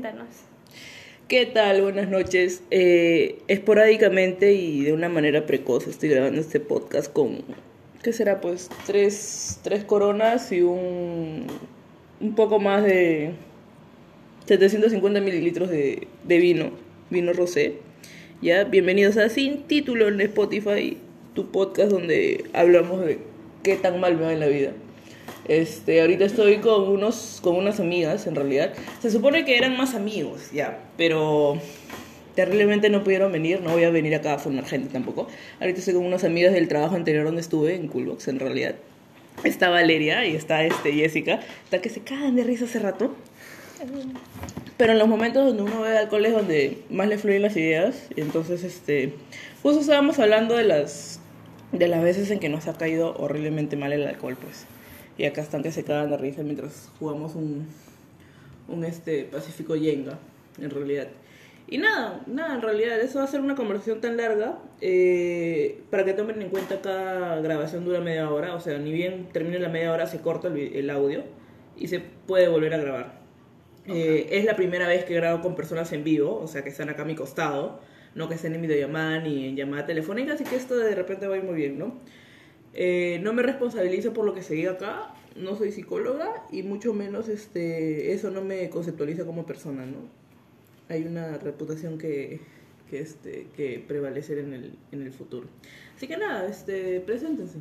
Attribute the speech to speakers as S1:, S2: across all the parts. S1: Preséntanos.
S2: ¿Qué tal? Buenas noches. Eh, esporádicamente y de una manera precoz estoy grabando este podcast con, ¿qué será? Pues tres, tres coronas y un, un poco más de 750 mililitros de, de vino, vino rosé. Ya, bienvenidos a Sin Título en Spotify, tu podcast donde hablamos de qué tan mal me va en la vida. Este, ahorita estoy con unos, con unas amigas, en realidad. Se supone que eran más amigos, ya, pero terriblemente no pudieron venir. No voy a venir acá a formar gente tampoco. Ahorita estoy con unas amigas del trabajo anterior donde estuve, en Coolbox, en realidad. Está Valeria y está este, Jessica, está que se cagan de risa hace rato. Pero en los momentos donde uno ve alcohol es donde más le fluyen las ideas. Y entonces, este, justo estábamos hablando de las, de las veces en que nos ha caído horriblemente mal el alcohol, pues. Y acá están que se cagan de risa mientras jugamos un, un este Pacífico Yenga, en realidad. Y nada, nada, en realidad, eso va a ser una conversación tan larga. eh, para que tomen en cuenta, cada grabación dura media hora. O sea, ni bien termine la media hora, se corta el, vi- el audio y se puede volver a grabar. Eh, es la primera vez que grabo con personas en vivo, o sea, que están acá a mi costado, no que estén en videollamada ni en llamada telefónica, así que esto de repente va a ir muy bien, ¿no? Eh, no me responsabilizo por lo que se diga acá, no soy psicóloga y mucho menos este, eso no me conceptualiza como persona, ¿no? Hay una reputación que, que, este, que prevalecer en el, en el futuro. Así que nada, este, preséntense.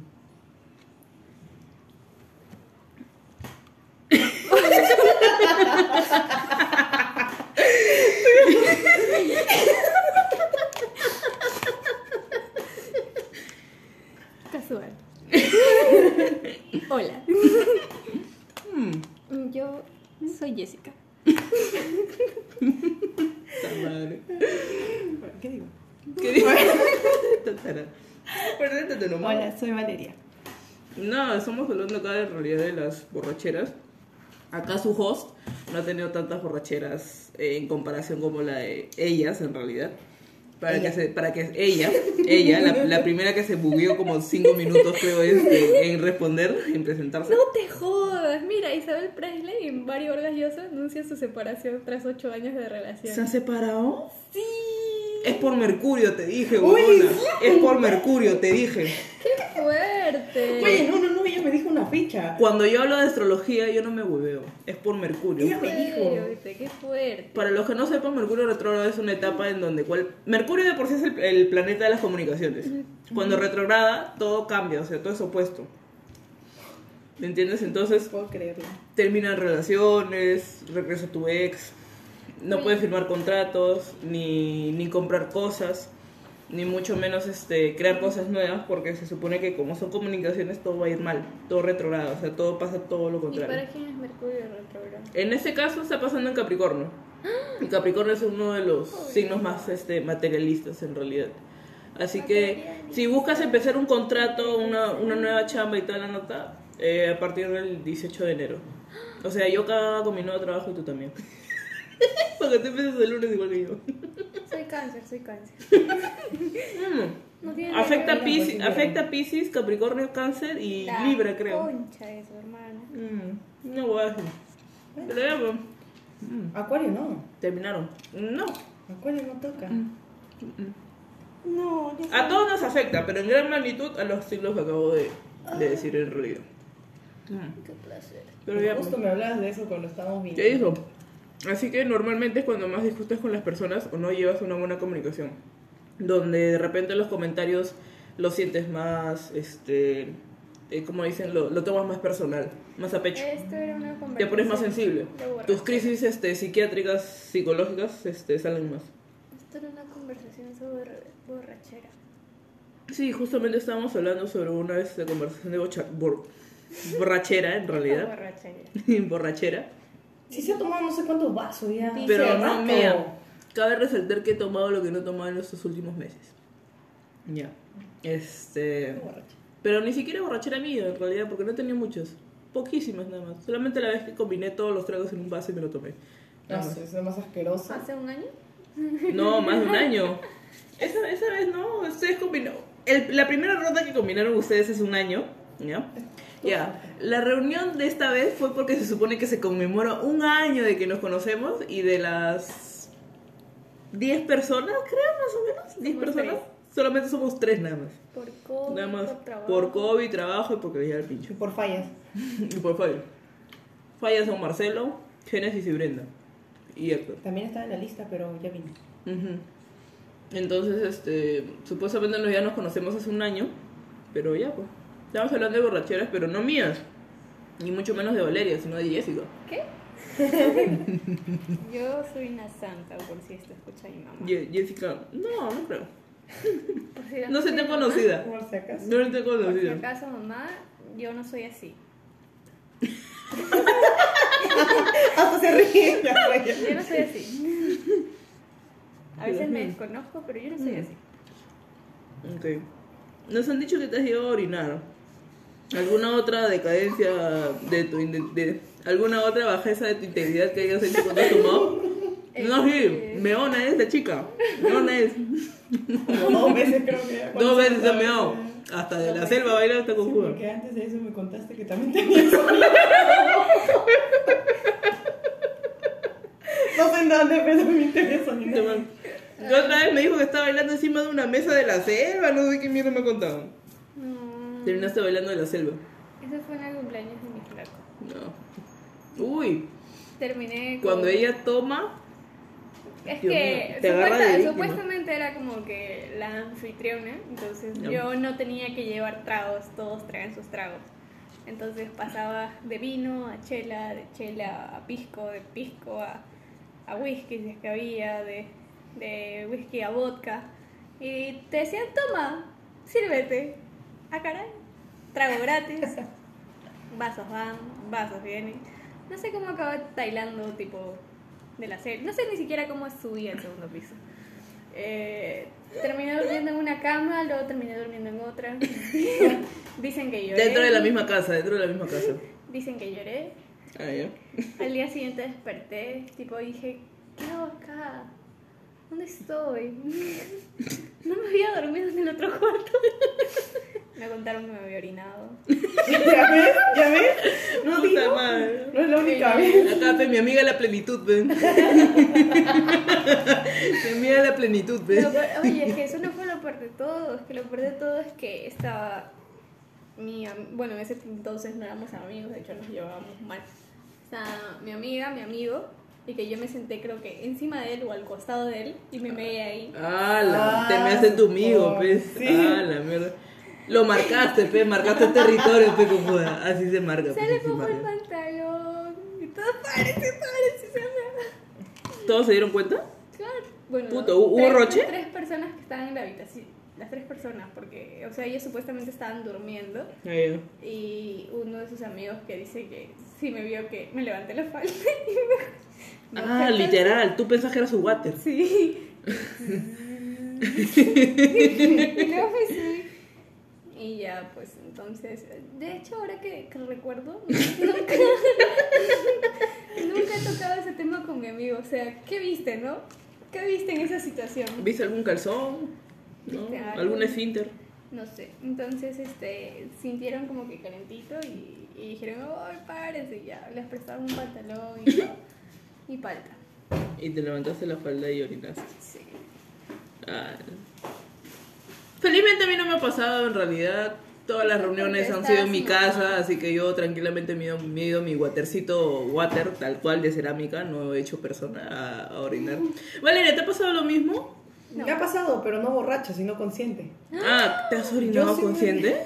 S1: Casual. Hola. Yo soy Jessica.
S3: ¿Qué digo?
S2: ¿Qué digo? Tatara. Preséntate nomás.
S3: Hola, soy Valeria.
S2: No, estamos hablando acá de realidad de las borracheras. Acá su host no ha tenido tantas borracheras eh, en comparación como la de ellas, en realidad. Para
S3: Ella.
S2: que se- para que ella, ella, la, la primera que se bugueó como cinco minutos creo este, en responder, en presentarse.
S1: No te jodas. Mira, Isabel Presley y Mario Vargas Llosa anuncian su separación tras ocho años de relación.
S2: ¿Se han separado?
S1: Sí.
S2: Es por Mercurio, te dije,
S3: Uy,
S2: huevona. Es por Mercurio, te dije.
S1: ¡Qué fuerte!
S3: Oye, no, no, no, ella me dijo una fecha.
S2: Cuando yo hablo de astrología, yo no me hueveo. Es por Mercurio.
S3: Dígame. me dijo.
S1: Fuerte, ¡Qué fuerte!
S2: Para los que no sepan, Mercurio retrógrado es una etapa en donde cual... Mercurio de por sí es el, el planeta de las comunicaciones. Cuando retrograda, todo cambia, o sea, todo es opuesto. ¿Me entiendes? Entonces,
S3: No puedo creerlo.
S2: terminan relaciones, regresa tu ex, no
S1: Oye.
S2: puedes firmar contratos, ni, ni comprar cosas, ni mucho menos este, crear cosas nuevas, porque se supone que como son comunicaciones, todo va a ir mal, todo retrogrado, o sea, todo pasa todo lo
S1: ¿Y
S2: contrario.
S1: para quién es Mercurio retrogrado?
S2: En este caso está pasando en Capricornio. Y Capricornio es uno de los signos más este, materialistas en realidad. Así que si buscas empezar un contrato, una, una nueva chamba y toda la nota, eh, a partir del 18 de enero. O sea, yo cagaba con mi nuevo trabajo y tú también. Porque tú empiezas el lunes igual que yo.
S1: Soy cáncer, soy cáncer.
S2: Mm.
S1: No tiene nada
S2: Afecta
S1: que
S2: a
S1: ver.
S2: Piscis, afecta a Piscis, Capricornio, Cáncer y
S1: La
S2: Libra, creo.
S1: Concha de su hermana.
S2: Mm, No voy a decir. Pero ya, pues, mm,
S3: Acuario no.
S2: Terminaron. No.
S3: Acuario no toca.
S1: No, yo
S2: A todos nos afecta, pero en gran magnitud a los siglos que acabo de, de decir en ruido.
S1: Qué placer.
S2: Pero ya,
S3: Justo me hablabas de eso cuando estábamos viendo.
S2: ¿qué dijo? Así que normalmente es cuando más discutas con las personas o no llevas una buena comunicación. Donde de repente los comentarios los sientes más, este, eh, como dicen, lo, lo tomas más personal, más a pecho.
S1: Esto era una conversación.
S2: Te pones más sensible.
S1: de borrachos.
S2: Tus crisis este, psiquiátricas, psicológicas, este, salen más.
S1: Esto era una conversación sobre borrachera.
S2: Sí, justamente estábamos hablando sobre una este, conversación de bocha- bor- borrachera, en realidad.
S1: Borrachera.
S2: borrachera.
S3: Sí se ha tomado no sé cuántos vasos ya.
S1: Sí,
S2: Pero
S3: Hace
S2: no
S3: rato.
S2: mía. Cabe resaltar que he tomado lo que no he tomado en estos últimos meses. Ya. Este.
S3: Estoy borracha.
S2: Pero ni siquiera borrachera mía, en realidad, porque no tenía muchas. Poquísimas nada más. Solamente la vez que combiné todos los tragos en un vaso y me lo tomé.
S3: No
S2: Nada
S3: sé, es lo más asqueroso.
S1: ¿Hace un año?
S2: más. No, más de un año. Esa, esa vez no, ustedes combinó. el- la primera ronda que combinaron ustedes hace un año, ¿ya? Ya, la reunión de esta vez fue porque se supone que se conmemora un año de que nos conocemos y de las 10 personas, creo, más o menos, 10
S1: Somos
S2: personas, solamente somos 3 nada más.
S1: Por COVID,
S2: Nada más
S1: por trabajo.
S2: por COVID, trabajo y porque veía el pincho.
S3: Y por fallas.
S2: Y por favor, falla son Marcelo, Genesis y Brenda. Y Héctor.
S3: También estaba en la lista, pero ya vino.
S2: Ujú. Entonces, este, supuestamente nos- ya nos conocemos hace un año, pero ya, pues. Estamos hablando de borracheras, pero no mías, ni mucho menos de Valeria, sino de Jessica.
S1: ¿Qué? Yo soy una santa, por si esto escucha mi mamá.
S2: Ye- Jessica, no, no creo.
S1: Por si la
S2: No se
S1: escucha
S2: te
S1: mi mamá,
S2: conocida.
S3: Por si acaso.
S2: No se te
S1: Por si
S2: conocida.
S1: acaso, mamá, yo no soy así.
S3: Hasta se ríe la falla.
S1: Yo no soy así. A veces me
S2: Ujú.
S1: desconozco, pero yo no soy
S2: Mm.
S1: así.
S2: Ok. Nos han dicho que te has ido a orinar. ¿Alguna otra decadencia de tu. inde- de- alguna otra bajeza de tu integridad que hayas hecho cuando has tomado? No, sí,
S1: Este-
S2: meona es la chica. Meona es.
S3: Dos veces creo que. era.
S2: Dos veces
S3: Cuando
S2: ha meado. Hasta de la selva baila este hasta con
S3: Sí,
S2: Cuba.
S3: porque antes de eso me contaste que también tenías una. No sé en dónde, pero me interesa ni
S2: Este
S3: nada.
S2: man. Yo otra vez me dijo que estaba bailando encima de una mesa de la selva. No sé qué mierda me ha contado.
S1: No.
S2: Terminaste bailando de la selva.
S1: Eso fue en el cumpleaños de mi flaco.
S2: No. Uy,
S1: Terminé con-
S2: cuando ella toma,
S1: Es
S2: Dios
S1: que
S2: mío, te agarra
S1: supuesta-
S2: de víctima.
S1: supuestamente era como que la anfitriona, entonces
S2: Ya.
S1: yo no tenía que llevar tragos, todos traen sus tragos. Entonces pasaba de vino a chela, de chela a pisco, de pisco a, a whisky, si es que había, de, de whisky a vodka. Y te decían, toma, sírvete. Ah, caray, trago gratis. Vasos van, vasos vienen. No sé cómo acabó bailando, tipo, de la serie. No sé ni siquiera cómo subí al segundo piso. Eh, terminé durmiendo en una cama, luego terminé durmiendo en otra. Dicen que lloré.
S2: dentro de la misma casa, dentro de la misma casa.
S1: Dicen que lloré.
S2: Ah, ya.
S1: Al día siguiente desperté, tipo dije, ¿qué hago acá? ¿Dónde estoy? No me había dormido en el otro cuarto. Me contaron que me había orinado.
S3: ¿Ya ves? ¿Ya ves? No
S2: Puta
S3: digo.
S2: madre.
S3: No es la única vez.
S2: Acá, pe, mi amiga la plenitud, ven. mi amiga la plenitud, ven.
S1: Lo peor- oye, es que eso no fue lo peor de todo. Es que lo peor de todo es que estaba mi am- Bueno, en ese entonces no éramos amigos, de hecho nos llevábamos mal. Estaba mi amiga, mi amigo, y que yo me senté, creo que encima de él o al costado de él, y me meé ahí.
S2: Ala,
S3: Ah,
S2: te me hace tu amigo,
S3: oh,
S2: pues.
S3: sí.
S2: Ala, mierda. Lo marcaste, pe, marcaste territorio, pe, como así se marca.
S1: Se
S2: pues,
S1: le
S2: así se
S1: mojó el
S2: marca.
S1: pantalón y todo parece, parece, se me-
S2: ¿Todos se dieron cuenta?
S1: Claro. Bueno,
S2: Puto, ¿hubo
S1: tres,
S2: roche?
S1: Tres personas que estaban en la habitación, las tres personas, porque, o sea, ellos supuestamente estaban durmiendo.
S3: Ah,
S2: Ahí va.
S1: Y uno de sus amigos que dice que sí me vio que me levanté la falda y me- me
S2: Ah,
S1: objetó.
S2: literal, tú pensás que era su water.
S1: Sí. y luego me subí. Y ya, pues entonces. De hecho, ahora que, que recuerdo, nunca, nunca he tocado ese tema con mi amigo. O sea, ¿qué viste, no? ¿Qué viste en esa situación?
S2: ¿Viste algún calzón? ¿No?
S1: Claro.
S2: ¿Algún esfínter?
S1: No sé. Entonces, este, sintieron como que calentito y, y dijeron, oh, párense, y ya. Les prestaron un pantalón y todo. Y palta.
S2: Y te levantaste la falda y orinaste.
S1: Sí.
S2: Ah. Felizmente a mí no me ha pasado, en realidad. Todas las reuniones han sido en mi casa, así que yo tranquilamente me he ido- me he ido a mi watercito water, tal cual de cerámica, no he hecho persona a, a orinar. Valeria, ¿te ha pasado lo mismo?
S1: No.
S3: Me ha pasado, pero no borracho, sino consciente.
S2: Ah, ¿te has orinado
S3: Yo sí me-
S2: consciente?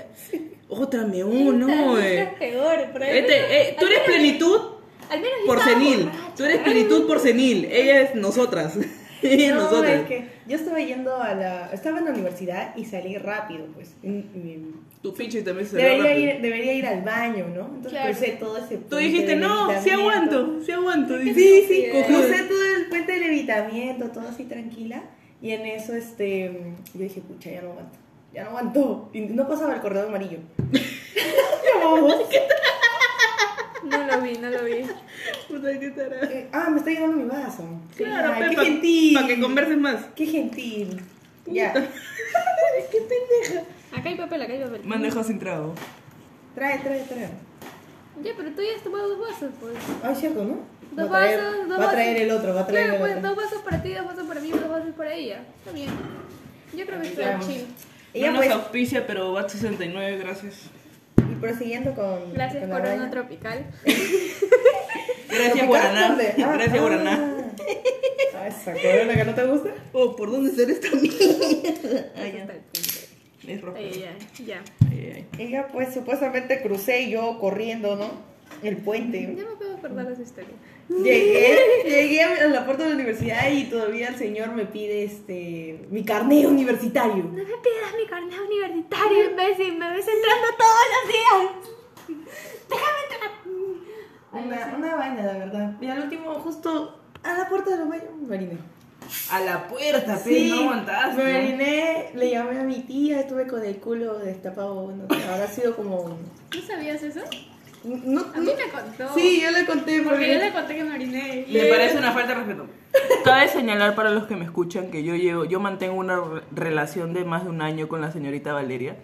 S2: Otra me uno,
S1: Esta
S2: eh.
S1: es peor, pero al
S2: Este, eh,
S1: menos-
S2: Tú eres
S1: al menos-
S2: plenitud
S1: Al menos yo
S2: por
S1: estaba
S2: senil.
S1: borracha.
S2: Tú eres plenitud por senil. Ella es nosotras. Ella es
S3: no,
S2: nosotras.
S3: es que yo estaba yendo a la. Estaba en la universidad y salí rápido, pues. Y- y-
S2: Tu pinche también se
S3: Debería
S2: rápido.
S3: ir, debería ir al baño, ¿no? Entonces
S1: Claro.
S3: crucé todo ese puente
S2: Tú dijiste,
S3: del
S2: no, sí
S3: evitamiento".
S2: aguanto, sí aguanto.
S1: ¿Qué
S2: Sí,
S1: te
S2: sí,
S1: consideras?
S2: cojuda.
S3: Crucé todo el puente del levitamiento, todo así tranquila. Y en eso, este, yo dije, pucha, ya no aguanto. Ya no aguanto. Y no pasaba el cordón amarillo. Llamamos.
S1: No lo vi, no lo vi.
S2: Puta, qué tarada.
S3: Eh, ah, me está llegando mi vaso.
S2: Claro,
S3: Ay,
S2: pe,
S3: qué
S2: pa-
S3: gentil.
S2: pa' que converses más.
S3: Qué gentil. Ya.
S1: Acá hay papel, acá hay papel.
S2: Me han dejado sin trago.
S3: Trae, trae, trae.
S1: Ya, pero tú ya has tomado dos vasos, pues.
S3: Ay, cierto, ¿no? Va a
S1: Dos
S3: traer,
S1: vasos, dos
S3: va a traer
S1: vasos.
S3: el otro, va
S2: Ah,
S3: a traer
S1: Claro,
S3: el
S1: pues
S3: otro.
S1: dos vasos para ti, dos vasos para mí, dos vasos para ella. Está bien. Yo creo que está
S3: Vamos.
S1: chill.
S3: Ella
S2: no
S3: pues,
S2: nos auspicia, pero va 69, gracias.
S3: y prosiguiendo con.
S1: Gracias
S3: con la
S1: Corona
S3: vaina.
S1: Tropical.
S2: Gracias,
S3: ¿Tropical?
S2: Guaraná.
S3: ¿Dónde? Ah,
S2: Gracias,
S3: ah.
S2: Guaraná.
S3: Ah, esa corona que no te gusta.
S2: Oh, ¿por dónde será esta mierda?
S1: Eso
S2: Ay, ya.
S1: está el punto.
S2: Es roja.
S1: Ay, ay, ay, ya.
S2: Ay, ay.
S3: Ella, pues, supuestamente crucé yo corriendo, ¿no? El
S1: Ya
S3: puente.
S1: me puedo acordar de su historia.
S3: Llegué, llegué a la puerta de la universidad y todavía el señor me pide este mi carné universitario.
S1: No me pidas mi carnet universitario, imbécil. Me ves entrando todos los días.
S3: Una, una vaina, la verdad. Y al último, justo a la puerta de los baños, me oriné.
S2: A la puerta, pe, no aguantaste.
S3: Me oriné, le llamé a mi tía, estuve con el culo destapado. Bueno, habrá sido como.
S1: Déjame. ¿No sabías eso?
S3: No,
S1: A mí me contó.
S3: Sí, yo le conté
S1: Porque yo
S3: porque.
S1: le conté que me oriné.
S2: Me parece una falta de respeto. Cabe señalar para los que me escuchan que yo llevo, yo mantengo una re- relación de más de un año con la señorita Valeria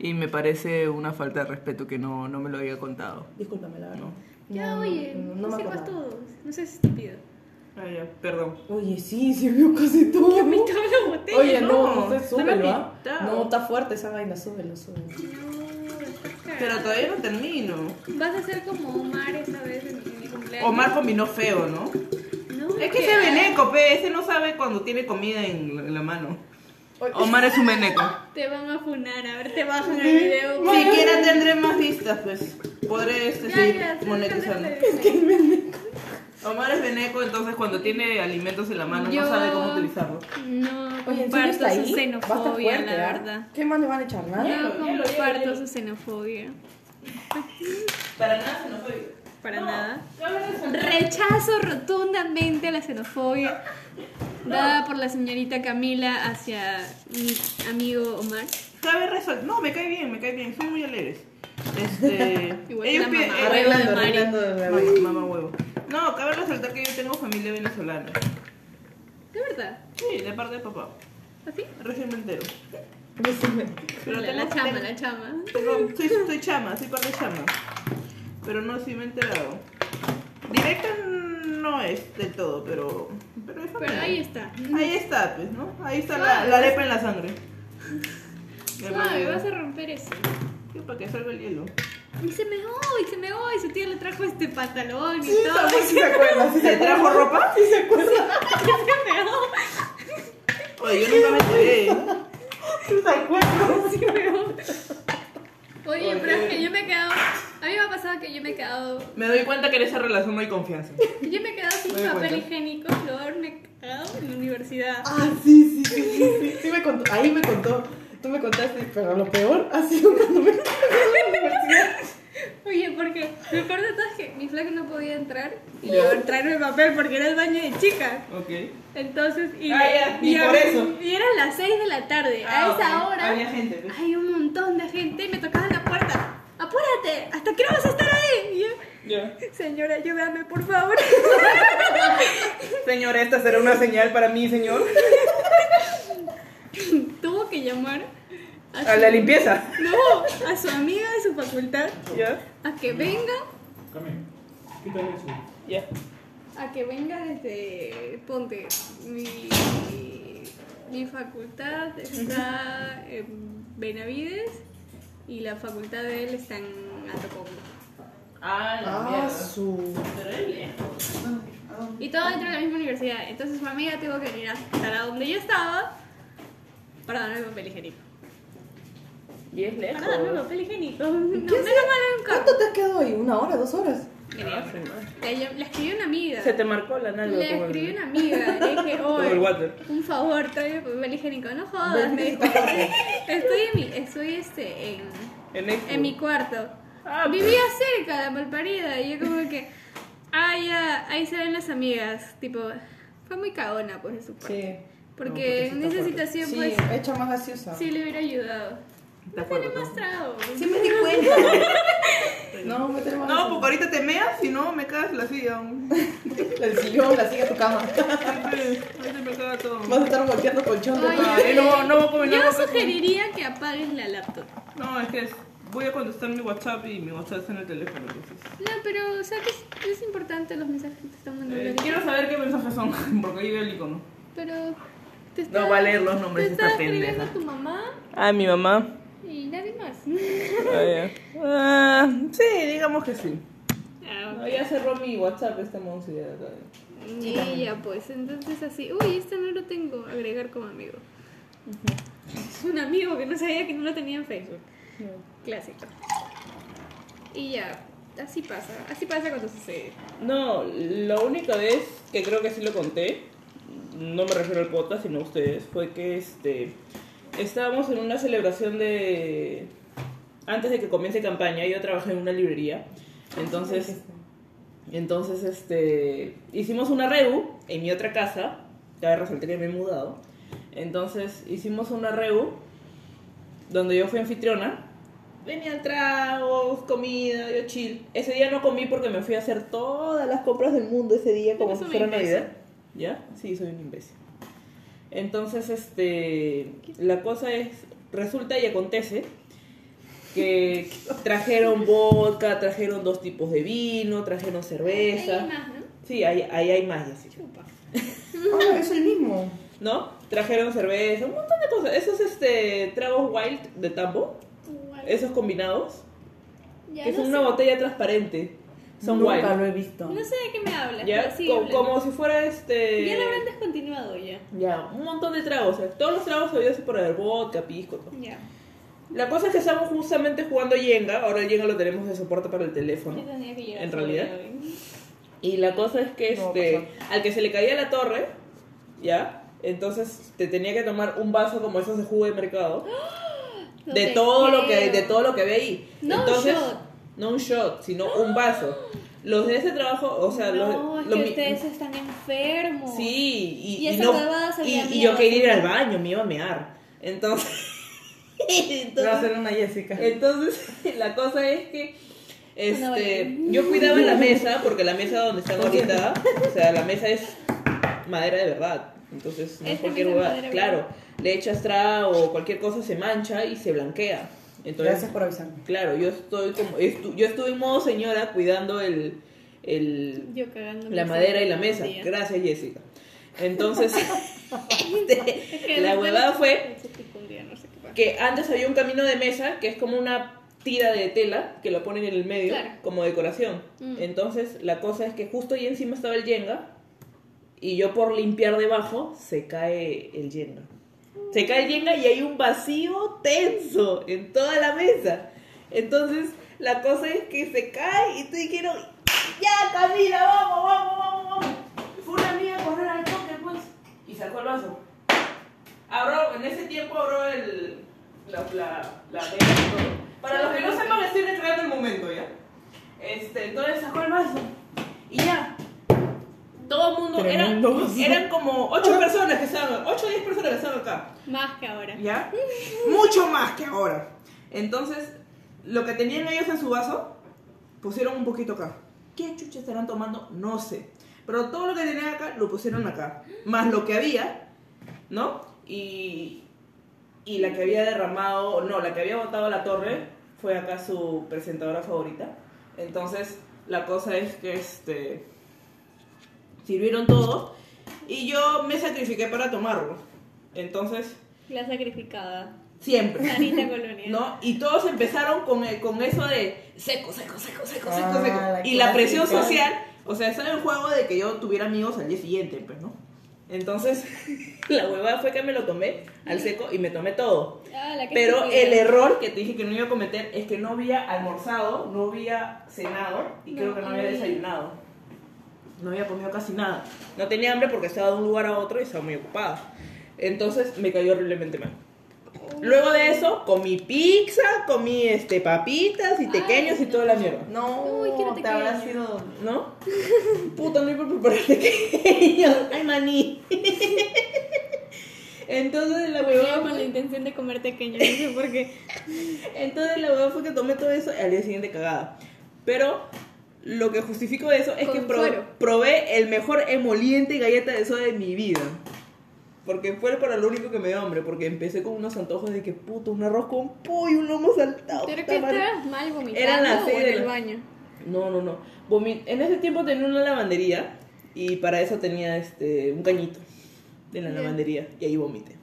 S2: y me parece una falta de respeto que no, no me lo había contado.
S3: Discúlpame, la verdad.
S2: No.
S1: Ya,
S3: No,
S1: oye,
S3: no,
S1: no,
S3: no me
S1: sirvas
S3: acordaba.
S1: todos. No seas estúpido.
S2: Ah, perdón.
S3: Oye, sí, sirvió casi todo.
S1: Ya me estaba la botella.
S3: Oye,
S2: no,
S3: no,
S2: no me
S3: usted súbelo, ¿ah?
S2: invitado.
S3: No, está fuerte esa vaina, súbelo, súbelo.
S1: No, estás cagada.
S2: Pero todavía no termino.
S1: Vas a ser como Omar esa vez en en mi cumpleaños.
S2: Omar combinó feo, ¿no?
S1: No,
S2: Es que ese veneco, pe, ese no sabe cuando tiene comida en la- en la mano.
S3: Oye.
S2: Omar es un veneco.
S1: Te van a funar, a ver, te bajan el video.
S2: Siquiera tendré más vistas, pues. Podré este,
S1: Ya,
S2: seguir
S1: ya, sí,
S2: monetizando.
S1: sí, sí, sí.
S2: Omar es veneco, entonces cuando tiene alimentos en la mano
S1: Yo-
S2: no sabe cómo utilizarlo.
S1: No
S3: Oye, ¿en serio
S1: comparto su
S3: está ahí? Va a estar
S1: xenofobia,
S3: fuerte,
S1: la
S3: ¿ah?
S1: verdad.
S3: ¿Qué más le van a echar? Nada.
S1: No
S2: hielo, hielo,
S1: comparto
S2: hielo.
S1: su xenofobia.
S2: Para nada se nos fue.
S1: Para nada.
S2: No, no, no, no.
S1: Rechazo rotundamente la xenofobia dada por la señorita Camila hacia mi amigo Omar.
S2: Cabe resol- No, me cae bien, me cae bien. Son muy alegres. Este,
S1: Igual que la
S2: pi-
S1: mamá.
S2: eh,
S3: Arreglando,
S1: Mari.
S3: arreglando la
S2: mamá,
S3: vaina.
S2: mamá huevo. No, cabe resaltar que yo tengo familia venezolana.
S1: De verdad.
S2: Sí, de parte de papá.
S1: ¿Así?
S2: Recién me entero.
S3: No sé, me-
S2: Pero
S1: la,
S2: tengo-
S1: la chama,
S2: tengo-
S1: la chama.
S2: tengo- soy, soy chama, soy parte chama. Pero no, sí me he enterado. Directa no es del todo, pero. Pero, es
S1: Pero
S2: familia.
S1: ahí está.
S2: Ahí está, pues, ¿no? Ahí está la, la arepa en la sangre.
S1: Suave, vas a romper eso.
S2: Sí, Para que salga el hielo.
S1: Y se me y se me y su tía le trajo este pantalón y
S3: Sí,
S1: todo.
S3: también sí se acuerda, sí se
S2: ¿Te trajo
S3: acuerda.
S2: ropa?
S3: Sí se acuerda,
S1: Se meó.
S2: Oye, yo nunca me enteré. ¿eh?
S3: sí se acuerda.
S1: Sí, weón. Oye,
S2: Oye.
S1: pero es que yo me he quedado. A mí me ha pasado que yo me he quedado.
S2: Me doy cuenta que en esa relación no hay confianza.
S1: Yo me he quedado sin
S2: Me doy
S1: papel
S2: cuenta.
S1: higiénico, flor, me he quedado en la universidad.
S3: Ah, sí, sí, sí, sí, sí, sí me contó, ahí me contó, tú me contaste, pero lo peor ha sido cuando me contaste en la universidad.
S1: Oye, porque me acuerdo todas que mi flaca no podía entrar y yo traerme el papel porque era el baño de chicas.
S2: Ok.
S1: Entonces, y,
S2: Ah, ya,
S1: y
S2: y por eso.
S1: y eran las 6 de la tarde.
S2: Ah,
S1: a esa
S2: ok.
S1: hora
S2: Había gente, pues.
S1: hay un montón de gente y me tocaban la puerta. ¡Apúrate! ¿Hasta qué hora vas a estar ahí? Y yo,
S2: Ya.
S1: Señora, ayúdame, por favor.
S2: Señora, esta será una señal para mí, señor.
S1: Tuvo que llamar a,
S2: A
S1: su-
S2: la limpieza.
S1: no, a su amiga de su facultad
S2: Ya.
S1: a que venga,
S4: Carmen, quítale eso.
S2: Ya.
S1: a que venga desde Ponte. Mi, mi facultad está en Benavides y la facultad de él está en Atocongo.
S2: Ah,
S3: Ah, su...
S1: Y todo dentro de la misma universidad. Entonces mi amiga tuvo que venir hasta la donde yo estaba para darme papel higiénico.
S2: Y es
S1: Para darme papel higiénico. No, menos
S3: ¿Qué
S1: mal
S3: hace?
S1: era un carro.
S3: ¿Cuánto te has quedado ahí? ¿Una hora, dos horas?
S1: Le, llam- le escribí a una amiga.
S2: Se te marcó la nalga.
S1: Le
S2: como el-
S1: escribí a una amiga. Le dije,
S2: como el
S1: oye,
S2: water.
S1: un favor, tráeme papel higiénico. No jodas, me dijo. Estoy en mi, estoy este, en,
S2: En, el-
S1: en mi cuarto.
S2: Ah,
S1: Vivía cerca, la malparida. Y yo como que, ah, ya, ahí se ven las amigas. Tipo, fue muy cagona, pues, de su parte.
S3: Sí.
S2: pues,
S1: Porque en esa situación,
S3: Sí,
S1: pues,
S3: hecha más gaseosa.
S1: sí le hubiera ayudado.
S2: Está fuerte,
S1: Más
S2: ¿no?
S1: trago.
S3: Sí me di cuenta. No, me tenemos
S2: No, pues, porque ahorita te meas, si no me cagas la silla. aún.
S3: El sillón, la silla, tu cama.
S2: Ahorita me caga todo.
S3: Vas a estar volteando colchón.
S1: Oye,
S2: Ay, Ah, eh, no, no voy a comer
S1: Yo
S2: nada,
S1: sugeriría que apagues la laptop.
S2: No, es que es voy a contestar mi WhatsApp y mi WhatsApp está en el teléfono. entonces.
S1: No, pero, o sea, que es, es importante los mensajes que te están mandando.
S2: Eh,
S1: ahorita.
S2: quiero saber qué mensajes son, porque ahí veo el icono.
S1: Pero. Te
S2: No va a leer los nombres
S1: Te
S2: esta
S1: está escribiendo
S2: pendeja.
S1: tu mamá
S2: Ah, mi mamá. Ah,
S1: y nadie más.
S2: sí, digamos que sí.
S1: Ah,
S2: No, ya cerró mi WhatsApp este monstruo. ya, ya.
S1: y ya, pues, entonces así. Uy, este no lo tengo. Agregar como amigo. Es un amigo que no sabía que no lo tenía en Facebook. Clásico. Y ya, así pasa. Así pasa cuando sucede.
S2: No, la única vez que creo que sí lo conté, no me refiero al podcast, sino a ustedes, fue que este estábamos en una celebración de antes de que comience campaña, yo trabajé en una librería. Entonces, entonces este hicimos una reu en mi otra casa, cabe resaltar que me he mudado. Entonces, hicimos una reu donde yo fui anfitriona. Venían tragos, comida, yo chill. Ese día no comí porque me fui a hacer todas las compras del mundo ese día como
S1: Eres
S2: si
S1: un
S2: fuera
S1: imbécil.
S2: Navidad. ¿Ya? Sí, soy un imbécil. Entonces, este, la cosa es, resulta y acontece que trajeron vodka, trajeron dos tipos de vino, trajeron cerveza.
S1: Ahí más, ¿no?
S2: Sí, ahí, ahí hay más, ya sí.
S1: Chupa.
S3: Ah, es el mismo.
S2: ¿No? Trajeron cerveza, un montón de cosas. Esos este, tragos wild de tambo,
S1: Igual.
S2: esos combinados,
S1: Ya,
S2: que es
S1: no
S2: una
S1: sé-
S2: botella transparente. Son
S3: Nunca
S2: wild.
S3: lo he visto.
S1: No sé de qué me hablas.
S2: ¿Ya?
S1: pero sí,
S2: Co-
S1: habla-
S2: como si fuera este...
S1: Ya lo habrán descontinuado ya.
S2: Ya, un montón de tragos. o sea, Todos los tragos había así por el vodka, pisco, todo.
S1: Ya.
S2: La cosa es que estamos justamente jugando Jenga. Ahora el Jenga lo tenemos de soporte para el
S1: Yo
S2: teléfono.
S1: tenía que llegar
S2: ¿En
S1: solo
S2: realidad?
S1: ya hoy.
S2: Y la cosa es que
S3: No,
S2: este, al que se le caía la torre, ¿ya? Entonces te tenía que tomar un vaso como esos de jugo de mercado.
S1: No
S2: de
S1: te
S2: todo lo que
S1: creo.
S2: de todo lo que ve ahí.
S1: No un
S2: Entonces,
S1: shot.
S2: no un shot, sino un vaso. Los de ese trabajo, o sea,
S1: no,
S2: los,
S1: es
S2: los
S1: que
S2: mi-
S1: ustedes están enfermos.
S2: Sí, y,
S1: Y esa
S2: no-
S1: huevada salía
S2: y- y
S1: mierda.
S2: yo quería ir al baño, me iba a mear. Entonces,
S3: Te va a
S2: entonces
S3: hacer una Jessica.
S2: entonces, la cosa es que
S1: Una
S2: este,
S1: ballena.
S2: yo cuidaba la mesa, porque la mesa donde están ahorita, o sea, la mesa es madera de verdad. Entonces, no
S1: Esta
S2: es cualquier
S1: mesa es
S2: lugar.
S1: madera de
S2: Claro,
S1: verdad.
S2: le echas tra o cualquier cosa se mancha y se blanquea. Entonces,
S3: Gracias por avisarme.
S2: claro, yo estoy como, estu- yo estuve en modo señora cuidando el, el
S1: Yo cagando.
S2: la madera y la mesa. Gracias, Jessica. Entonces, este, la huevada fue
S1: no sé qué pasa.
S2: que antes había un camino de mesa que es como una tira de tela que lo ponen en el medio
S1: Claro.
S2: como decoración.
S1: Mm.
S2: Entonces, la cosa es que justo ahí encima estaba el yenga y yo por limpiar debajo se cae el yenga. Se cae el yenga y hay un vacío tenso en toda la mesa. Entonces, la cosa es que se cae y tú quiero ya Camila, vamos, vamos, vamos, vamos. Fue una amiga a correr al toque pues y sacó el vaso. Abro, en ese tiempo abro el. La, la, la vela y todo. Para los que no sepan, estoy recreando el momento ya. Este, entonces sacó el vaso. Y ya. Todo el mundo. Eran,
S3: Tremendo vaso.
S2: eran como 8 personas que estaban. 8 o 10 personas que estaban acá.
S1: Más que ahora.
S2: ¿Ya? Mucho más que ahora. Entonces, lo que tenían ellos en su vaso, pusieron un poquito acá. ¿Qué chucha estarán tomando? No sé. Pero todo lo que tenían acá, lo pusieron acá. Más lo que había, ¿no? Y, y la que había derramado, no, la que había botado la torre, fue acá su presentadora favorita. Entonces, la cosa es que este sirvieron todo y yo me sacrifiqué para tomarlo. Entonces,
S1: La sacrificada.
S2: Siempre.
S1: Sarita Colonia.
S2: ¿No? Y todos empezaron con, el- con eso de seco, seco, seco, seco,
S3: Ah,
S2: seco, seco.
S3: la
S2: y la presión
S3: clásica.
S2: social, o sea, estaba el juego de que yo tuviera amigos al día siguiente, pues, ¿no? Entonces, la huevada fue que me lo tomé al seco y me tomé todo.
S1: Ah, la que
S2: Pero
S1: estúpida.
S2: el error que te dije que no iba a cometer es que no había almorzado, no había cenado y creo que no había
S1: No, y-
S2: desayunado. No había comido casi nada. No tenía hambre porque estaba de un lugar a otro y estaba muy ocupada. Entonces me cayó horriblemente mal. Luego de eso, comí pizza, comí este, papitas y pequeños y toda la mierda.
S3: No,
S1: Uy, quiero
S3: te
S1: tequila.
S3: habrá sido.
S2: ¿No? Puta, no hay por preparar pequeños. Ay, maní. Entonces la
S1: Yo
S2: huevada
S1: con la intención de comer pequeño, no sé por qué.
S2: Entonces la verdad fue que tomé todo eso y al día siguiente cagada. Pero lo que justifico de eso es
S1: Con
S2: que pro-
S1: suero.
S2: probé el mejor emoliente y galleta de soda de mi vida. Porque fue para lo único que me dio hambre, porque empecé con unos antojos de que puto, un arroz con pollo, un lomo saltado.
S1: Creo
S2: puta
S1: que
S2: madre.
S1: estabas mal vomitando
S2: Eran las
S1: o
S2: seis
S1: en
S2: de
S1: el
S2: la-
S1: baño.
S2: No, no, no. Vomi- en ese tiempo tenía una lavandería y para eso tenía este un cañito de la
S1: Ya.
S2: lavandería y ahí vomité.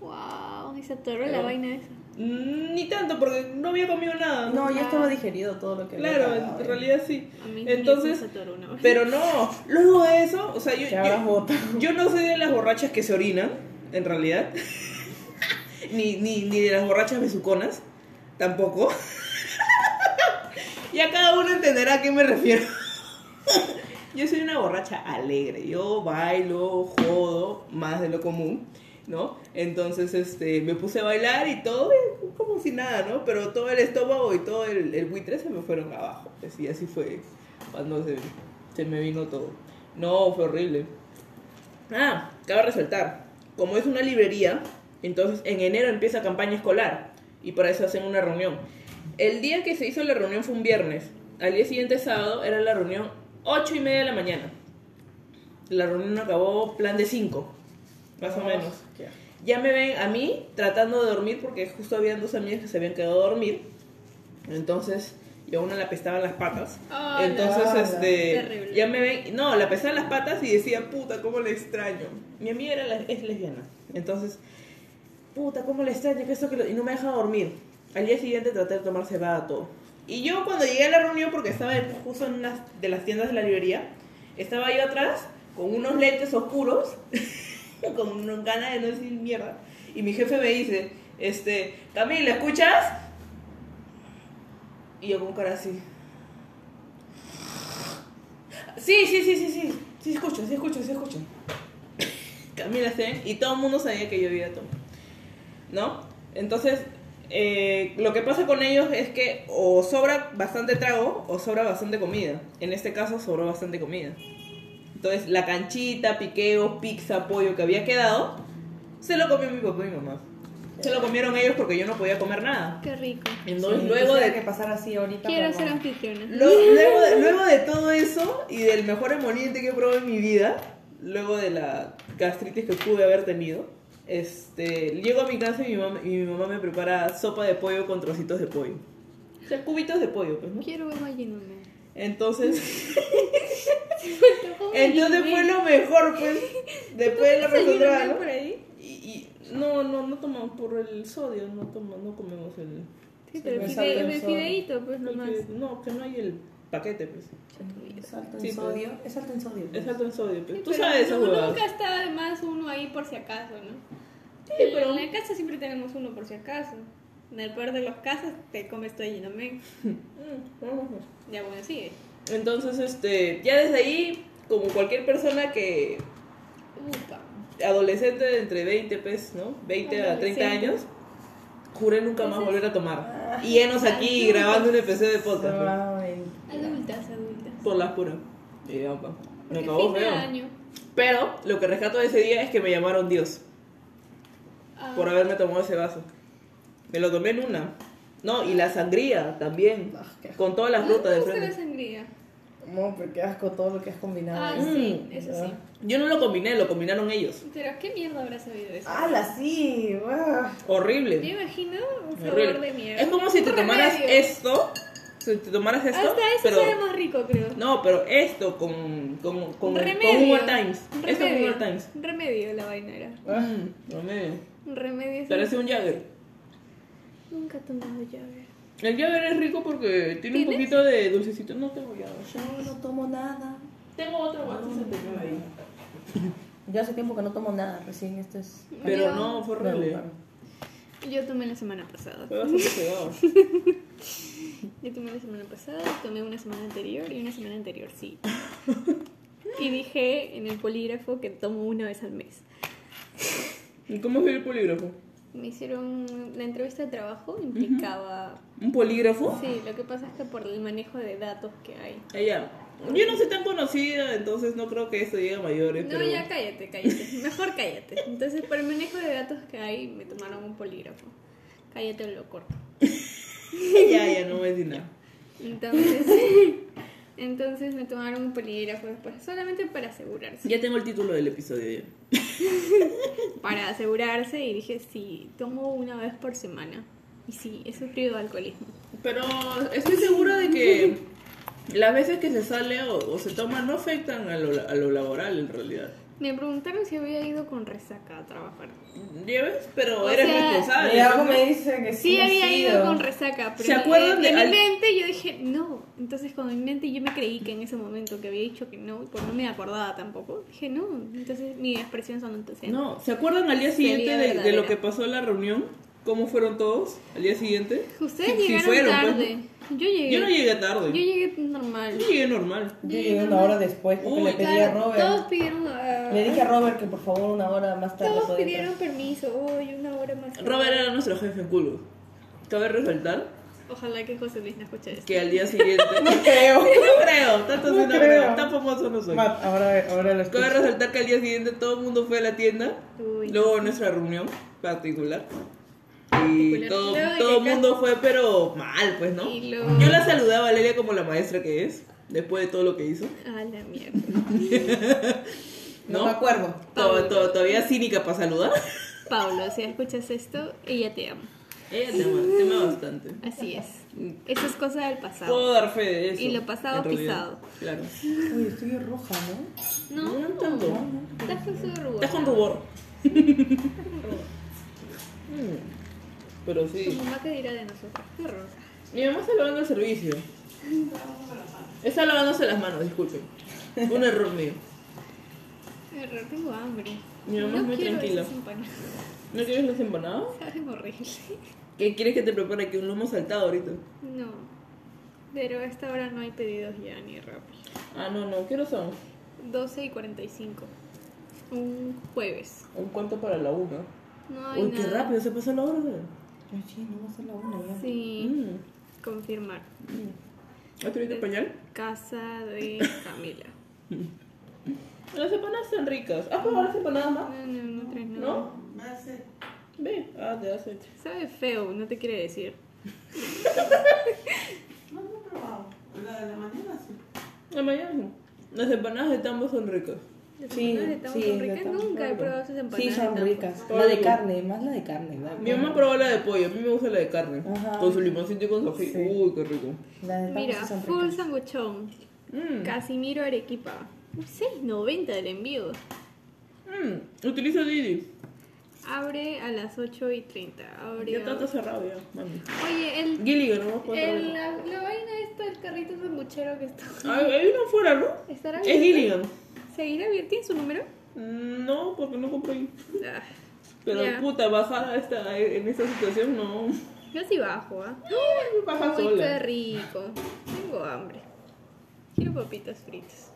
S1: Wow, y se atoró la
S2: Pero-
S1: vaina esa.
S2: Mm, Ni tanto, porque no había comido nada.
S3: No, ya estaba digerido todo lo que había
S2: claro,
S3: cagado,
S2: en
S3: ya.
S2: realidad sí.
S1: A mí
S2: Entonces,
S1: se atoró una vaina.
S2: pero no, luego de eso, o sea, yo,
S3: Te habrás
S2: yo,
S3: botado.
S2: yo no soy de las borrachas que se orinan, en realidad. ni, ni, ni de las borrachas besuconas, tampoco. ya cada uno entenderá a qué me refiero. yo soy una borracha alegre. Yo bailo, jodo, más de lo común, ¿no? Entonces, este, me puse a bailar y todo, eh, como si nada, ¿no? Pero todo el estómago y todo el, el buitre se me fueron abajo. pues, Y así fue cuando se, se me vino todo. No, fue horrible. Ah, cabe resaltar, como es una librería, entonces en enero empieza campaña escolar y para eso hacen una reunión. El día que se hizo la reunión fue un viernes, al día siguiente sábado era la reunión 8 y media de la mañana. La reunión acabó plan de 5, más o menos.
S3: Ya.
S2: Ya me ven a mí tratando de dormir porque justo habían dos amigas que se habían quedado a dormir. Entonces, y a una la apestaban las patas.
S1: Ah,
S2: Entonces,
S3: la-
S2: este,
S1: Terrible.
S2: ya me ven, no, la apestaban las patas y decía, puta, cómo la extraño. Mi amiga era la- es lesbiana. Entonces, puta, cómo la extraño, que esto que lo- y no me dejaba dormir. Al día siguiente traté de tomar cebada todo. Y yo cuando llegué a la reunión, porque estaba en- justo en una de las tiendas de la librería, estaba yo atrás con unos lentes oscuros con un gana de no decir mierda. Y mi jefe me dice, este, Camila, ¿escuchas? Y yo con cara así. Sí, sí, sí, sí, sí. Sí escucho, sí escucho, sí escucho. Camila se y todo el mundo sabía que yo había tomado. ¿No? Entonces, eh, lo que pasa con ellos es que o sobra bastante trago o sobra bastante comida. En este caso sobró bastante comida. Entonces, la canchita, piqueos, pizza, pollo que había quedado, se lo comió mi papá y mi mamá. Se lo comieron ellos porque yo no podía comer nada.
S1: Qué rico.
S2: Entonces,
S3: Sí,
S2: luego
S3: quisiera
S2: de
S3: que pasara así ahorita.
S1: Quiero
S3: pero
S1: ser
S3: no.
S1: anfitriona.
S2: Lo- luego, de, luego de todo eso y del mejor emoliente que he probado en mi vida, luego de la gastritis que pude haber tenido, este, llego a mi casa y mi, mamá, y mi mamá me prepara sopa de pollo con trocitos de pollo. O sea, cubitos de pollo, pues, ¿no?
S1: Quiero ver ballenume.
S2: Entonces, entonces fue lo mejor, pues, después de la recontrada, ¿no?
S1: por ahí?
S2: Y, y- no, no, no tomamos por el sodio, no tomamos, no comemos el...
S1: Sí,
S3: Sí,
S1: pero el
S3: me salta
S1: fide-
S3: el
S1: el
S3: sol.
S1: fideíto, pues nomás.
S2: el que- no, que no hay el paquete, pues.
S3: Es alto en
S2: Sí, pues.
S3: sodio. Es alto en sodio. pues.
S2: Es alto en sodio, pues.
S1: Sí,
S2: Tú
S1: pero
S2: sabes esas
S1: no-
S2: huevadas.
S1: Nunca está de más uno ahí por si acaso, ¿no? Sí,
S2: pero-
S1: En la casa siempre tenemos uno por si acaso. En el peor de los casos te comes tu allinomen.
S2: Mm,
S1: Ya bueno, sigue.
S2: Entonces, este, ya desde ahí, como cualquier persona que
S1: Upa.
S2: adolescente de entre 20, pues, ¿no? 20 a 30
S1: Adolescente.
S2: años, juré nunca más volver a
S1: Ah.
S3: Ah,
S2: tomar. Y enos aquí
S1: Ay,
S2: grabando un episodio de podcast pues. ¿no?
S1: Ah.
S3: Ay.
S1: Adultas, adultas.
S2: por la pura. Y ya, pa, me
S1: Porque
S2: acabó
S1: fin de
S2: feo.
S1: año.
S2: Pero lo que rescato de ese día es que me llamaron Dios
S1: Ah,
S2: por haberme tomado ese vaso. Me lo tomé en una. No, y la sangría también.
S3: Ah, qué asco.
S2: Con todas las
S1: ¿no
S2: frutas
S1: te
S2: de
S1: gusta la
S2: frente.
S1: sangría?
S3: No, pero qué asco todo lo que has combinado.
S1: Ah,
S2: Mm,
S3: ahí.
S1: sí, eso sí.
S2: Yo no lo combiné, lo combinaron ellos.
S1: Pero ¿qué mierda habrá sabido eso?
S2: Ah,
S3: ¡Hala, sí! guau.
S2: Horrible.
S1: Yo imagino un sabor de
S2: Horrible.
S1: mierda.
S2: Es como si
S1: Un
S2: te tomaras
S1: remedio.
S2: esto. Si te tomaras esto.
S1: Hasta eso
S2: pero,
S1: sabe más rico, creo.
S2: No, pero esto con, con, con,
S1: un
S2: con
S1: remedio.
S2: Hunger Times.
S1: Un
S2: Esto con
S1: remedio.
S2: Hunger Times.
S1: Un remedio la vaina era.
S2: Mm, remedio.
S1: Un remedio. sí.
S2: Parece un Jagger.
S1: Nunca he tomado llave.
S2: El Jagger es rico porque tiene un
S1: ¿Tienes?
S2: poquito de dulcecito. No tengo Jagger.
S3: Yo no tomo nada.
S2: Tengo otro guante
S3: Yo hace tiempo que no tomo nada, recién esto es.
S2: Pero
S1: Yo-
S2: no, fue
S3: nuevo
S2: horrible.
S3: para mí.
S1: Yo tomé la semana pasada.
S2: Fue bastante pegado.
S1: Yo tomé la semana pasada, tomé una semana anterior y una semana anterior, sí. y dije en el polígrafo que tomo una vez al mes.
S2: ¿Y cómo fue el polígrafo?
S1: Me hicieron la entrevista de trabajo, implicaba...
S2: ¿Un polígrafo?
S1: Sí, lo que pasa es que por el manejo de datos que hay.
S2: Ella. Yo no soy tan conocida, entonces no creo que esto llegue a mayores.
S1: No,
S2: pero...
S1: ya cállate, cállate. Mejor cállate. Entonces, por el manejo de datos que hay, me tomaron un polígrafo. Cállate, lo corto.
S2: ya, ya, no voy a decir nada.
S1: Entonces, entonces me tomaron un polígrafo después, solamente para asegurarse.
S2: Ya tengo el título del episodio ya.
S1: para asegurarse y dije, sí, tomo una vez por semana. Y sí, he sufrido alcoholismo.
S2: Pero estoy segura de que las veces que se sale o, o se toma no afectan a lo, a lo laboral en realidad.
S1: Me preguntaron si había ido con resaca a trabajar.
S2: Lleves, pero
S1: O
S2: eres
S1: sea,
S2: responsable.
S3: Y algo
S2: ¿no?
S3: me dice que sí.
S1: Sí, había
S3: has
S1: ido con resaca, pero
S2: ¿Se acuerdan
S1: en,
S2: de
S1: en
S2: al-
S1: mi mente yo dije no. Entonces, cuando en mi mente yo me creí que en ese momento que había dicho que no, pues no me acordaba tampoco, dije no. Entonces, mis expresiones son entonces.
S2: No, ¿se acuerdan al día siguiente de,
S1: verdadera.
S2: de lo que pasó en la reunión? ¿Cómo fueron todos al día siguiente?
S1: Ustedes
S2: Sí, sí
S1: llegaron
S2: fueron, pues,
S1: tarde. Yo llegué.
S2: Yo no llegué tarde.
S1: Yo llegué normal.
S2: Yo llegué normal.
S3: Yo llegué una hora después porque
S2: Uy,
S3: le pedí a
S1: Claro,
S3: Robert.
S1: Todos pidieron. ah,
S3: Le dije a Robert que por favor una hora más tarde
S1: Todos
S3: puede entrar.
S1: pidieron permiso. Hoy una hora más. tarde.
S2: Robert era nuestro jefe en culo. Cabe resaltar
S1: Ojalá que José Luis no escuche esto.
S2: que al día siguiente.
S3: No creo.
S2: No creo, tanto sí
S3: No
S2: no creo,
S3: creo.
S2: tan famoso no soy.
S3: Matt, ahora, ahora lo escucho.
S2: Cabe resaltar que al día siguiente todo el mundo fue a la tienda,
S1: Uy.
S2: luego nuestra reunión particular. Y
S1: Particular.
S2: todo,
S1: Luego de
S2: todo el
S1: que acá-
S2: mundo fue, pero mal, pues, ¿no?
S1: Y luego-
S2: Yo la saludaba a Lelia como la maestra que es, después de todo lo que hizo.
S1: A la mierda.
S3: No,
S2: ¿No?
S3: me acuerdo.
S2: To- to- Todavía cínica para saludar.
S1: Pablo, si escuchas esto, ella te ama.
S2: Ella te ama, te ama bastante.
S1: Así es. Eso es cosa del
S2: Puedo
S1: pasado.
S2: dar fe de eso.
S1: Y lo pasado
S2: en realidad.
S1: pisado.
S2: Claro.
S3: Uy, estoy roja, ¿no?
S1: No,
S2: No tanto.
S1: Estás con su rubor.
S2: Estás con rubor.
S1: Estás con rubor.
S2: Pero
S1: Tu
S2: sí.
S1: mamá que dirá de nosotros. Qué horror.
S2: Mi mamá está lavando el servicio. Está lavándose las manos, disculpen. Un error mío.
S1: Error, tengo hambre.
S2: Mi mamá
S1: no
S2: es muy
S1: quiero
S2: tranquila.
S1: esas empanadas.
S2: ¿No quieres las empanadas?
S1: Saben horrible.
S2: ¿Qué quieres que te prepare aquí? Un lomo saltado ahorita.
S1: No. Pero a esta hora no hay pedidos ya ni rápido.
S2: Ah, no, no. ¿Qué no son?
S1: 12 y 45. Un jueves.
S2: Un cuarto para la una.
S1: No hay
S2: Uy,
S1: nada.
S2: qué rápido se pasó la hora.
S3: Ay, sí, no va a ser la una ya.
S1: Sí.
S2: Mm.
S1: Confirmar.
S2: ¿Has traído pañal?
S1: Casa de Camila.
S2: Las empanadas están ricas. ¿Has probado las empanadas
S1: No,
S2: más?
S1: no, no traes nada.
S2: ¿No? Ve. Ah, te hace.
S1: Sabe feo, no te quiere decir.
S5: No, no he probado. La de la mañana sí.
S2: La mañana. Las empanadas de tambo son ricas.
S1: Las
S3: Sí,
S1: empanadas de
S3: sí,
S1: tan
S3: de
S1: ricas
S3: Tambo.
S1: nunca he probado esas empanadas.
S3: Sí,
S1: de
S3: son
S1: Tambo.
S3: ricas.
S2: Todo
S3: La de
S2: bien.
S3: carne, más la de carne. La de
S2: Mi
S3: carne.
S2: mamá probó la de pollo, a mí me gusta la de carne.
S3: Ajá.
S2: Con su limoncito y con su ají.
S3: Sí.
S2: Uy, qué rico.
S3: La de
S1: Mira,
S3: tacos sí son
S1: full
S3: ricas.
S1: sanguchón.
S2: Mm.
S1: Casimiro Arequipa. Un 6.90 del envío.
S2: Mm. Utilizo Didi.
S1: Abre a las 8 y 30. Abre
S2: Ya
S1: a-
S2: tanto cerrado ya, mami.
S1: Oye, el,
S2: Gilly ganó cuatro.
S1: el- la, la vaina esta, el carrito sanguchero que está.
S2: Ay, hay uno afuera, ¿no?
S1: ¿Estará
S2: Es Gilligan.
S1: ¿Seguirá abierto? ¿Tiene su número?
S2: Mm, No, porque no compré. ahí.
S1: Ah,
S2: Pero
S1: Ya.
S2: puta, bajar a esta- eh, en esta situación no.
S1: yo sí bajo, ¿ah?
S2: Baja
S1: Uy, qué
S2: sola.
S1: rico. Tengo hambre. Quiero papitas fritas.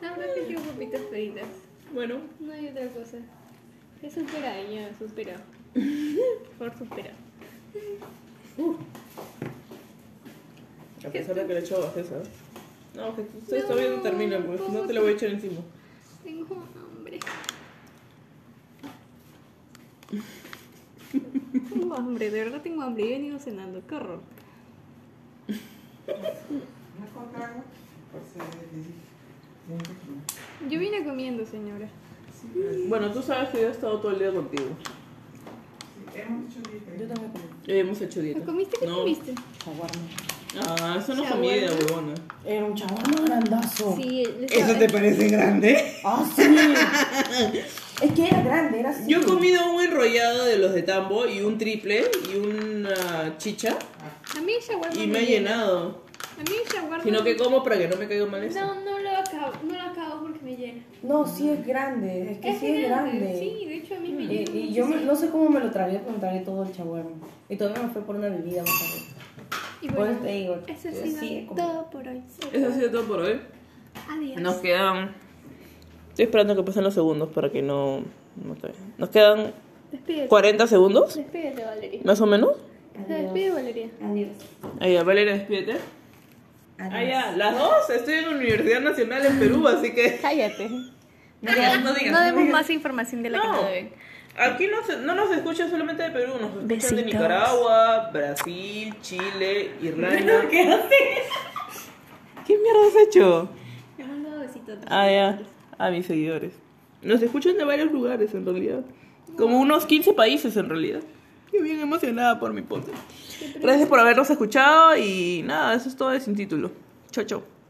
S1: La verdad que quiero papitas fritas.
S2: Bueno,
S1: No hay otra cosa. Ya supera, ya supera. Por favor, supera.
S2: Uh. a pesar de que le echaba esa. No, que tú- ustedes
S1: No,
S2: todavía no terminan, pues. No te la voy a echar encima.
S1: Tengo hambre. Tengo hambre, de verdad tengo hambre. Yo he venido cenando, qué horror.
S5: No he comprado. Por ser difícil.
S1: Yo vine comiendo, señora.
S2: Bueno, tú sabes que yo he estado todo el día contigo.
S5: Sí, hemos hecho dieta.
S3: Yo también comí
S2: Eh, Hemos hecho dieta.
S1: ¿Lo comiste? ¿Qué
S2: No.
S1: comiste?
S3: chaguarma.
S2: Ah, eso no
S1: Shawarma.
S2: es comida, huevona.
S3: Era un chaguarma grandazo.
S1: Sí, el-
S5: parece grande?
S3: Ah, sí. es que era grande, era así.
S2: Yo he comido un enrollado de los de tambo y un triple y una chicha
S1: A mí el shawarma
S2: y me he llenado.
S1: A mí el shawarma
S2: Sino
S1: me-
S2: que como para que no me caiga mal esto.
S1: No, no lo acabo, no lo acabo porque me llena.
S3: No, sí es grande. Es que sí es grande. Mm.
S1: Sí, de hecho a mí me llena.
S3: Y, y yo me- no sé cómo me lo tragué, pero me tragué todo el chaguarma. Y todavía me fue por una bebida, me tragué.
S1: Y
S3: Por eso te digo.
S1: eso ha
S3: yo
S1: sido
S3: sí he comido.
S1: todo por hoy.
S2: Eso ha sido todo por hoy.
S1: Adiós.
S2: Nos quedan. Estoy esperando que pasen los segundos para que no. no te- Nos quedan
S1: Despídete.
S2: 40 segundos,
S1: Despídete, Valeria.
S2: más o menos.
S1: Se despide, Valeria.
S3: Adiós.
S2: Ahí ya, Valeria, despídete. Ah, ya, las dos. Estoy en la Universidad Nacional en Perú, así que.
S1: Cállate.
S2: No, digas, no digas.
S1: No demos más información de la que
S2: No.
S1: nos deben.
S2: Aquí no, se- no nos escuchan solamente de Perú, nos escuchan de
S1: Besitos.
S2: Nicaragua, Brasil, Chile, Irlanda. ¿Qué haces? ¿Qué mierda has hecho?
S1: Me mando poquito. de-
S2: Ah, ya. A mis seguidores. Nos escuchan de varios lugares, en realidad. Como unos 15 países, en realidad. Yo bien emocionada por mi podcast. Gracias por habernos escuchado y nada, eso es todo de Sin Título. Chao, chao.